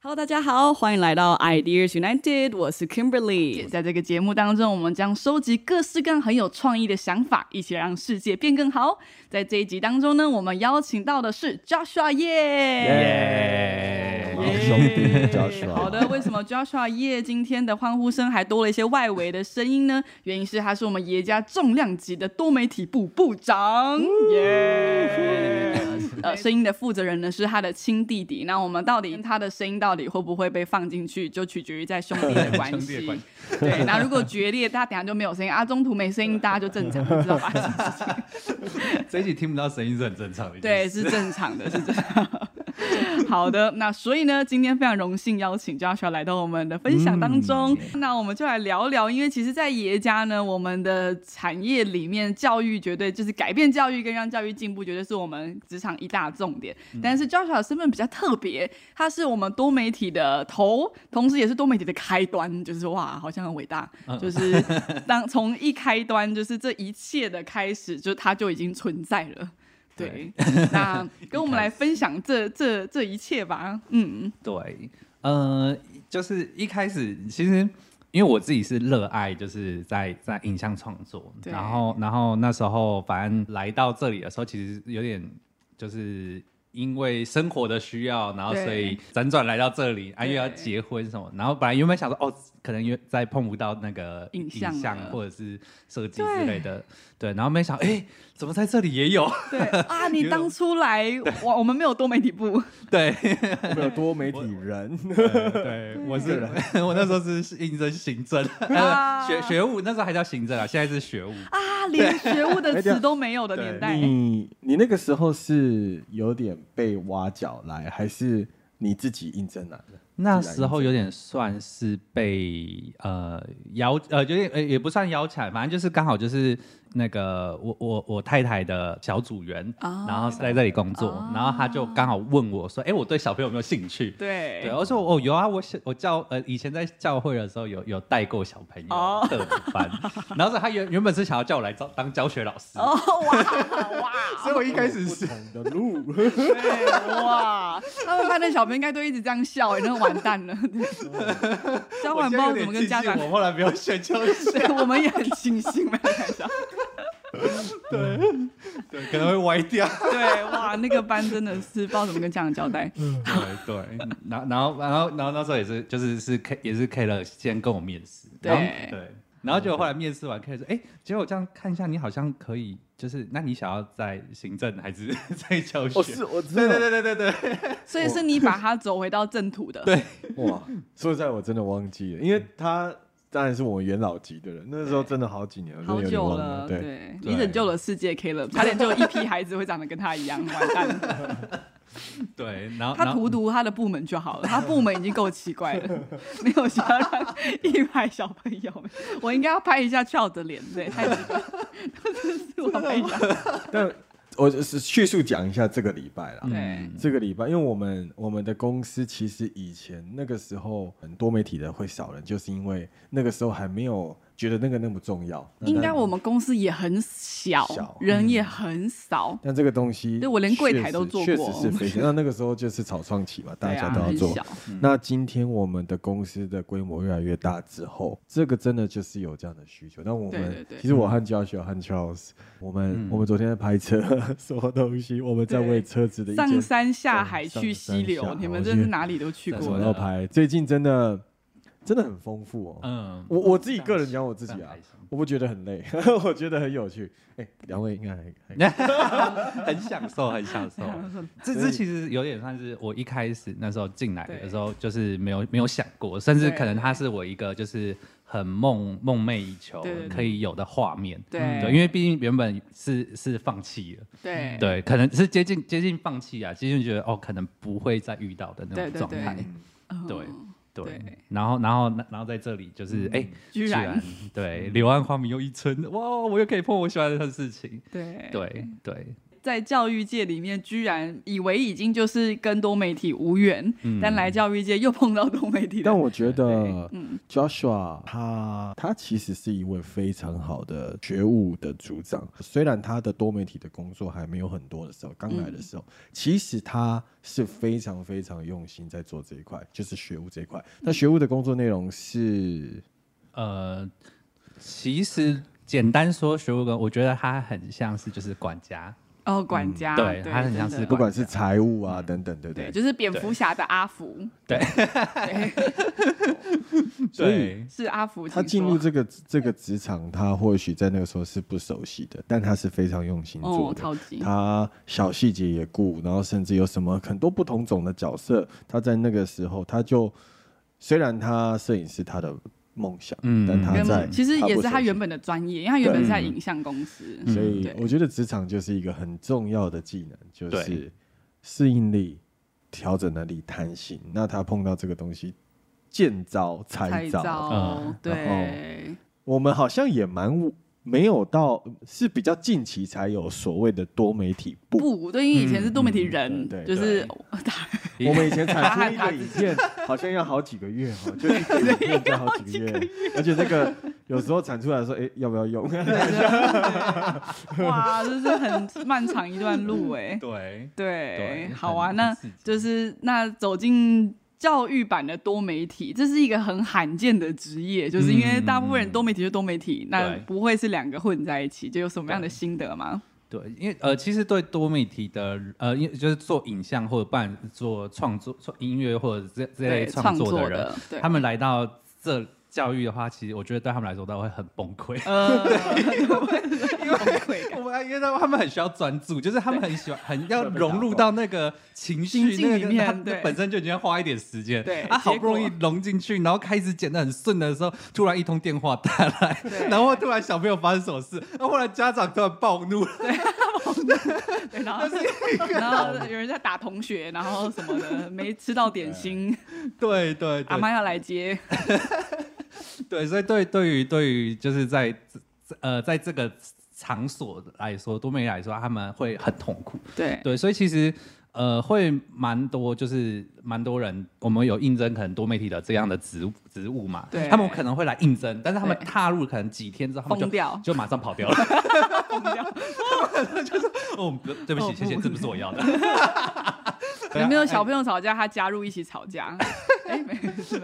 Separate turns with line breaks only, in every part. Hello，大家好，欢迎来到 Ideas United，我是 Kimberly。
在这个节目当中，我们将收集各式各样很有创意的想法，一起让世界变更好。在这一集当中呢，我们邀请到的是 Joshua 耶，
耶兄弟 Joshua
好的，为什么 Joshua 耶今天的欢呼声还多了一些外围的声音呢？原因是他是我们耶家重量级的多媒体部部长耶。呃，声音的负责人呢是他的亲弟弟。那我们到底他的声音到底会不会被放进去，就取决于在兄弟 的关
兄弟
系
的。关系
对，那如果决裂，大家等下就没有声音啊，中途没声音，大家就正常，知道吧？
这一集听不到声音是很正常的。
对，，是正常的，是正常的。 好的，那所以呢，今天非常荣幸邀请 Joshua 来到我们的分享当中。那我们就来聊聊，因为其实，在爷家呢，我们的产业里面，教育绝对就是改变教育跟让教育进步，绝对是我们职场一大重点。但是 Joshua 的身份比较特别，他是我们多媒体的头，同时也是多媒体的开端，就是哇，好像很伟大，就是当 从一开端，就是这一切的开始，就它就已经存在了。对， 那跟我们来分享这这这一切吧。嗯，
对，呃，就是一开始其实因为我自己是热爱，就是在在影像创作，
对
然后然后那时候反正来到这里的时候，其实有点就是。因为生活的需要，然后所以辗转来到这里，啊又
对
要结婚什么，然后本来原本想说哦，可能又再碰不到那个
影像了
或者是设计之类的，对，然后没想到哎、怎么在这里也有？
对啊， 你当初来，我我们没有多媒体部，
对，
我们有多媒体人，
对，我是 我那时候是是应征行政，
啊
呃，学学务那时候还叫行政啊，现在是学务。
啊，连学务的
哎等
词
下
都没有的年代。
你你那个时候是有点被挖角来，还是你自己应征来的？
那时候有点算是被呃邀呃，有点呃也不算邀请，反正就是刚好就是那个我我我太太的小组员，
哦
然后是在这里工作，然后他就刚好问我说，哎、我对小朋友有没有兴趣？对，
对，
我说哦有啊，我小我教呃以前在教会的时候有有带过小朋
哦
友特别班， 然后是他原原本是想要叫我来当当教学老师，
哦哇哇
所哦以我一开始
不
是
同的路，
对哇，他们班的小朋友应该都一直这样笑，哎，那完蛋 了。交
我
换
现
包
在
怎
有点
么跟家
庆
长
幸？我后来没有选教 学，
对，我们也很庆幸，没有看到。
对，可能会歪掉。
对，哇，那个班真的是不知道怎么跟家长交代。
嗯
对对，然后然后然后然后那时候也是就是是 K 也是 K 了，先跟我面试，
对
然后对，然后结果后来面试完 K 说，哎，结果我这样看一下，你好像可以，就是那你想要在行政还是在教学？
我哦是我知
对，
道
对对对对对，
所以是你把他走回到正途的。
对
哇，说实在我真的忘记了，因为他当然是我们元老级的人，那时候真的好几年，我真
好
的有点
久
忘
了，
对，
对
对
你拯救了世界 k l 差点就有一批孩子会长得跟他一样，完蛋了。
对，然后
他
然后
荼毒他的部门就好了，他部门已经够奇怪 了，没有想要让一排小朋友。我应该要拍一下 c h 的脸，对，太奇怪了，这是我拍一下。
但我就是叙述讲一下这个礼拜啦，
对，
这个礼拜，因为我们我们的公司其实以前那个时候很多媒体的会少人，就是因为那个时候还没有觉得那个那么重要。
应该我们公司也很小
小，
人也很少，
但这个东西确实，
对我连柜台都做过
确实是非常。那那个时候就是草创期嘛，大
对
家
啊，
都要
很
做。
小。
那今天我们的公司的规模越来越大之后，这个真的就是有这样的需求。那我们
对对对
其实我和 Joshua 和 Charles，我们、我们昨天在拍车， 什么东西，我们在
对
为车子的一
上
间
山下海
上
去
山
溪流
下，
你
海
们
我
真是
去
哪里都去
在
什
过
么
什
都
么
了。
拍。最近真的真的很丰富哦。
嗯，
我我自己个人讲我自己
这样
啊
开心，
我不觉得很累， 我觉得很有趣。哎、两位应该还还
很享受，很享受。这这其实有点算是我一开始那时候进来的时候，就是没有没有想过，甚至
对
可能它是我一个就是很梦梦寐以求
对对对
可以有的画面。
对
因为毕竟原本是是放弃了，
对
对，可能是接近接近放弃啊，接近觉得哦，可能不会再遇到的那
对
种
对
状
对
态。
嗯
对对
对，嗯
然后，然后，然后在这里就是，哎、
居然嗯
对，柳暗花明又一村，哇，我又可以碰我喜欢的事情，
对
对对，
在教育界里面居然以为已经就是跟多媒体无缘，但来教育界又碰到多媒体的
嗯但我觉得
嗯
Joshua 他他其实是一位非常好的觉悟的组长，虽然他的多媒体的工作还没有很多的时候，刚
嗯
来的时候，其实他是非常非常用心在做这一块，就是学务这一块。那
嗯
学务的工作内容是
呃，其实简单说，学务哥，我觉得他很像是就是管家，
哦，管
嗯
家，
对他很像
真的
是
不管是财务啊等等，对
嗯
不
对，
对？
就是蝙蝠侠的阿福，
对
对，
所以
是阿福。
他进
请说
入这个这个职场，他或许在那个时候是不熟悉的，但他是非常用心做
哦，
的。
超级，
他小细节也顾，然后甚至有什么很多不同种的角色，他在那个时候他就虽然他摄影是他的梦想，
嗯
但他在
跟其实也是他原
本。
本的专业，因为他原本是在影像公司，
所以
对
我觉得职场就是一个很重要的技能，就是
对
适应力、调整能力、弹性。那他碰到这个东西，见招拆
太
招。
糟
嗯，
对，
我们好像也蛮没有到，是比较近期才有所谓的多媒体部。
不，对，因为以前是多媒体人
嗯对，对
就是
我们以前产出一个影片， 好像要好几个月 哦，就一个影片就好几个月，而且那个有时候产出来说，哎，要不要 用？
哇，这是很漫长一段路哎。
对
对
对，
好啊，
很
那
刺激
就是那走进。教育版的多媒体，这是一个很罕见的职业，就是因
嗯
为大部分人多媒体就多媒体，那
对
不会是两个混在一起，就有什么样的心得吗？
对，因为呃，其实对多媒体的呃，因为就是做影像或者不然做创作、做音乐或者这这类
对，创
创作的人，
的，对，
他们来到这教育的话，其实我觉得对他们来说都会很崩溃。
呃， 因为
我们因为他们很需要专注，就是他们很喜欢，很要
会被打
融入到
断
那个情
情
绪
境
那
里
个
面
他们
对
本身就已经要花一点时间，
对
啊，好
结
不
果
容易融进去，然后开始剪的很顺的时候，突然一通电话打来
对，
然后突然小朋友发生什么事，然后后来家长突然暴怒了，
对然后然后有人在打同学，然后什么的，没吃到点心，
对对对
阿妈要来接，
对，所以对对于对于就是在这这呃在这个场所来说，多媒体来说，他们会很痛苦。
对，
对，所以其实呃会蛮多，就是蛮多人，我们有应征可能多媒体的这样的职务职务嘛，
对
他们可能会来应征，但是他们
对
踏入可能几天之后，他们
疯
就
掉，
就马上跑掉了。
疯掉。
哦，不对不
哦
起，谢谢，
不
这不是 我要的。啊
有没有小朋友吵架，他加入一起吵 架？哎，没事，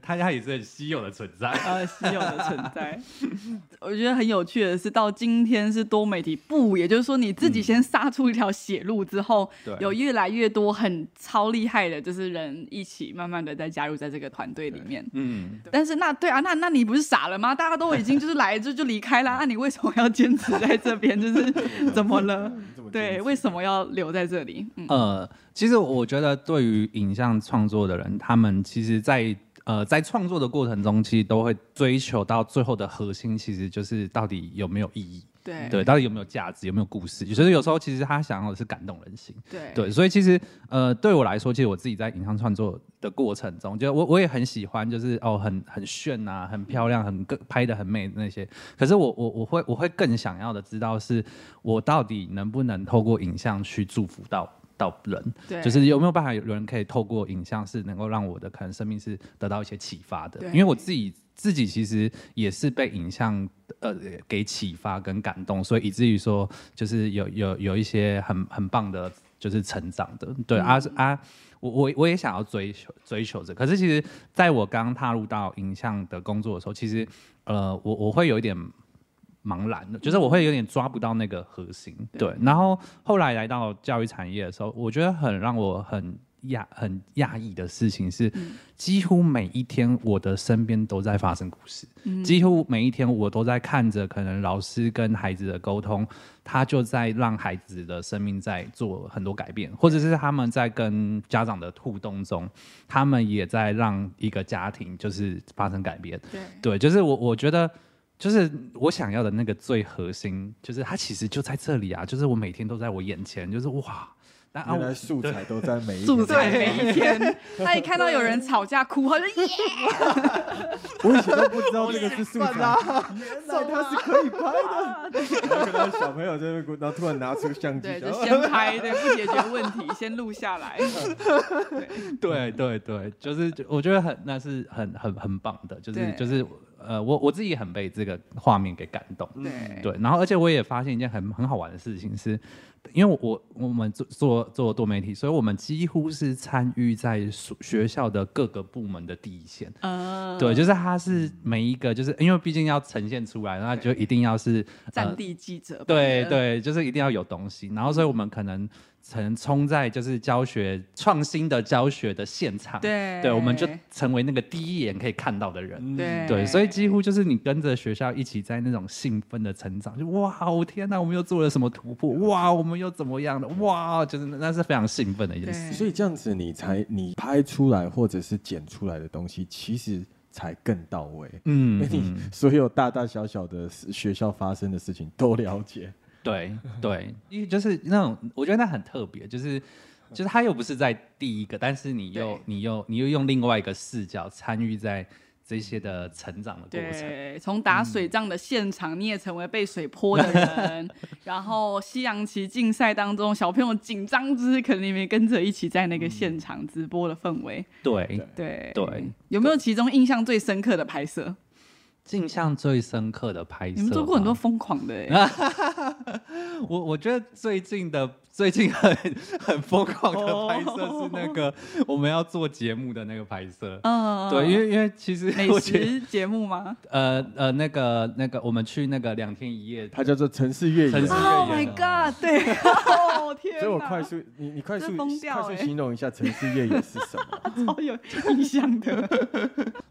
他他也是很稀有的存在。
呃，稀有的存在。 我觉得很有趣的是，到今天是多媒体部，也就是说你自己先杀出一条血路之后，
对
有越来越多很超厉害的，就是人一起慢慢的在加入在这个团队里面。
嗯，
但是那对啊，那那你不是傻了吗？大家都已经就是来 就就离开啦，那你为什么要坚持在这边？ 就是 怎么了？对，为什么要留在这里？嗯，
呃，其实我觉得对于影像创作的人，他们其实在呃在创作的过程中，其实都会追求到最后的核心，其实就是到底有没有意义，
对
对，到底有没有价值，有没有故事。所以有时候其实他想要的是感动人心。
对
对，所以其实呃，对我来说，其实我自己在影像创作的过程中，就我我也很喜欢，就是哦，很很炫啊，很漂亮，很更拍的很美的那些。可是我我我会我会更想要的知道是，我到底能不能透过影像去祝福到到人，
对
就是有没有办法有人可以透过影像是能够让我的可能生命是得到一些启发的
对，
因为我自己自己其实也是被影像呃给启发跟感动，所以以至于说就是有有有一些很很棒的，就是成长的，对、啊
嗯
啊。我我我也想要追求追求这，可是其实在我刚踏入到影像的工作的时候，其实呃，我我会有一点茫然的，就是我会有点抓不到那个核心。对，然后后来来到教育产业的时候，我觉得很让我很讶很讶异的事情是，几乎每一天我的身边都在发生故事，几乎每一天我都在看着可能老师跟孩子的沟通，他就在让孩子的生命在做很多改变，或者是他们在跟家长的互动中，他们也在让一个家庭就是发生改变。
对
对，就是我我觉得。就是我想要的那个最核心，就是它其实就在这里啊！就是我每天都在我眼前，就是哇，但啊，
原来
我
素材都在每一
住
个
在
地
每一天，他一看到有人吵架哭，他就耶，
方我以前都不知道这个是素 材，原来它是可以拍 的。然后看到小朋友在那边哭，然后突然拿出相 机，
对，就
然后
先拍，对，不解决问题，先录下来。
对对对，就是我觉得很那是很很很棒的，就
对
是就是呃，我我自己很被这个画面给感动。
对，
嗯对，然后而且我也发现一件很很好玩的事情是，因为我我们做做做多媒体，所以我们几乎是参与在所学校的各个部门的第一线。
呃，
对，就是它是每一个，就是因为毕竟要呈现出来，那就一定要是
战地记者，
呃对，对，就是一定要有东西。然后，所以我们可能曾冲在就是教学创新的教学的现场，
对嗯
我们就成为那个第一眼可以看到的
嗯
人。
对
对，所以几乎就是你跟着学校一起在那种兴奋的成长，就哇，我天哪，我们又做了什么突破？哇，我们又怎么样的？哇，就是那那是非常兴奋的一件事。
对
所以这样子你才你拍出来或者是剪出来的东西，其实才更到位。因
嗯
为，你
嗯
所有大大小小的事学校发生的事情都了解，
对对， 因为就是那种，我觉得那很特别，就是就是他又不是在第一个，但是你又
对
你又你又用另外一个视角参与在这些的成长的过程。
对，从打水仗的现场，你也成为被水泼的人。
嗯
然后西洋棋竞赛当中，小朋友紧张之，可能你们也跟着一起在那个现场直播的氛围。
对，
对
对，
有没有其中印象最深刻的拍摄？
印象最深刻的拍摄，
你们做过很多
吗。
疯狂的、欸，
我我觉得最近的最近很很疯狂的拍摄是那 个我们要做节目的那个拍摄。
嗯，
对，因为因为其实
美
我觉得
食节目吗
呃呃那个那个我们去那个两天一 夜
它叫做城市越野。
城市越野
？Oh my god！对， 哦天哪，
所以我快速，你你快速
真疯掉
快
欸
速形容一下城市越野是 什么？
超有印象的，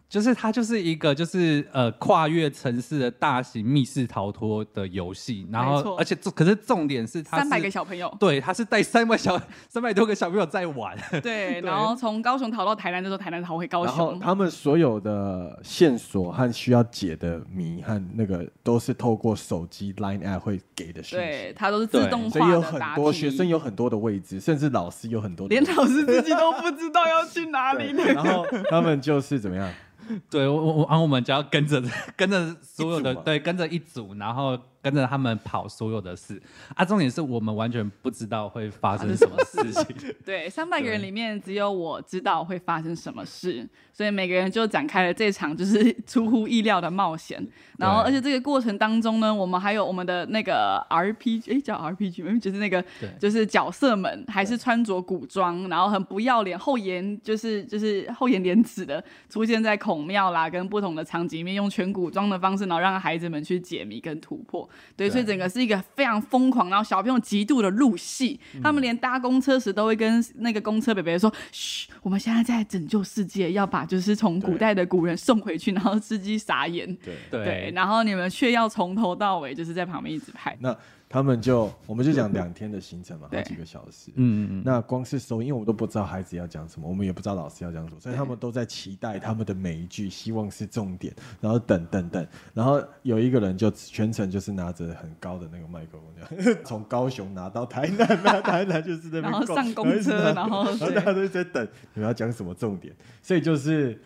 就是它就是一个就是呃跨越城市的大型密室逃脱的游戏，然
没
后
错
而且重可是重点是它是
三百个小朋 友，
对，它是带三百小三百多个小朋友在玩，
对，然后从高雄逃到台南，就说台南逃回高
然后
雄，
他们所有的线索和需要解的谜和那个都是透过手机 Line App 会给的讯
对，
息，
它都是自动
所以
化
有
的
很
答
多
题，
学生有很多的位置，甚至老师有很多的
连
位置
老师自己都不知道要去哪里。
对然后他们就是怎么样？
对我我我，然后我们就要跟着 跟着所有
一
的
组嘛
对跟着一组，然后跟着他们跑所有的事啊，重点是我们完全不知道会发生什么事情，
对，三百个
对
人里面只有我知道会发生什么事，所以每个人就展开了这场就是出乎意料的冒险。然后，而
对
且这个过程当中呢，我们还有我们的那个 RPG，哎，叫 RPG 吗？就是那个
对
就是角色们还是穿着古装，然后很不要脸，厚颜就是就是厚颜廉耻的出现在孔庙啦，跟不同的场景里面，用全古装的方式，然后让孩子们去解谜跟突破。对，
对
所以整个是一个非常疯狂，然后小朋友极度的入戏，
嗯
他们连搭公车时都会跟那个公车北北说：“嘘，我们现在在拯救世界，要把就是从古代的古人送回去。”然后司机傻眼。
对，
对，
对
然后你们却要从头到尾就是在旁边一直拍，
那他们就我们就讲两天的行程嘛，好
对
几个小时，
嗯嗯
那光是收音，因为我们都不知道孩子要讲什么，我们也不知道老师要讲什么，所以他们都在期待他们的每一句，希望是重点，然后等等等，然后有一个人就全程就是拿着很高的那个麦克风，这样 从高雄拿到台南，拿台南就是那边
然后
逛
上公车
然
然后
一直拿然后
对
大家都在等你们要讲什么重点，所以就是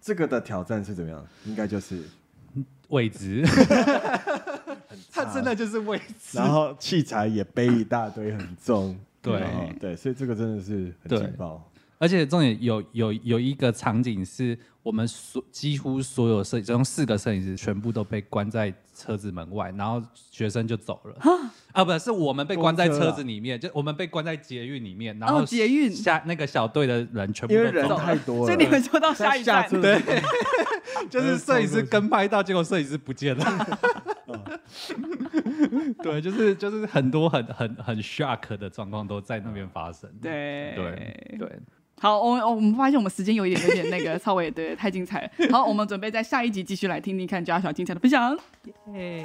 这个的挑战是怎么样？应该就是，
位 置，他真的就是位置，
然后器材也背一大堆，很重，
对
然后对，所以这个真的是很
对
劲爆，
而且重点有有有一个场景是我们所几乎所有摄总共四个摄影师全部都被关在车子门外，然后学生就走了啊，不是我们被关在
公车啊
车子里面，就我们被关在捷运里面，然
哦
后
捷运
下那个小队的人全部
因为
都
人
走了
太多了，
所以你们就到下一站。
车
对， 就是摄影师跟拍到，结果摄影师不 见了。 对，就是就是很多很很很 shock 的状况都在那边发生。
对
对对，
好，我我我们发现我们时间有一点有点那个 稍微对太精彩了。好，我们准备在下一集继续来听听看 Joshua 精彩的分享。
嘿。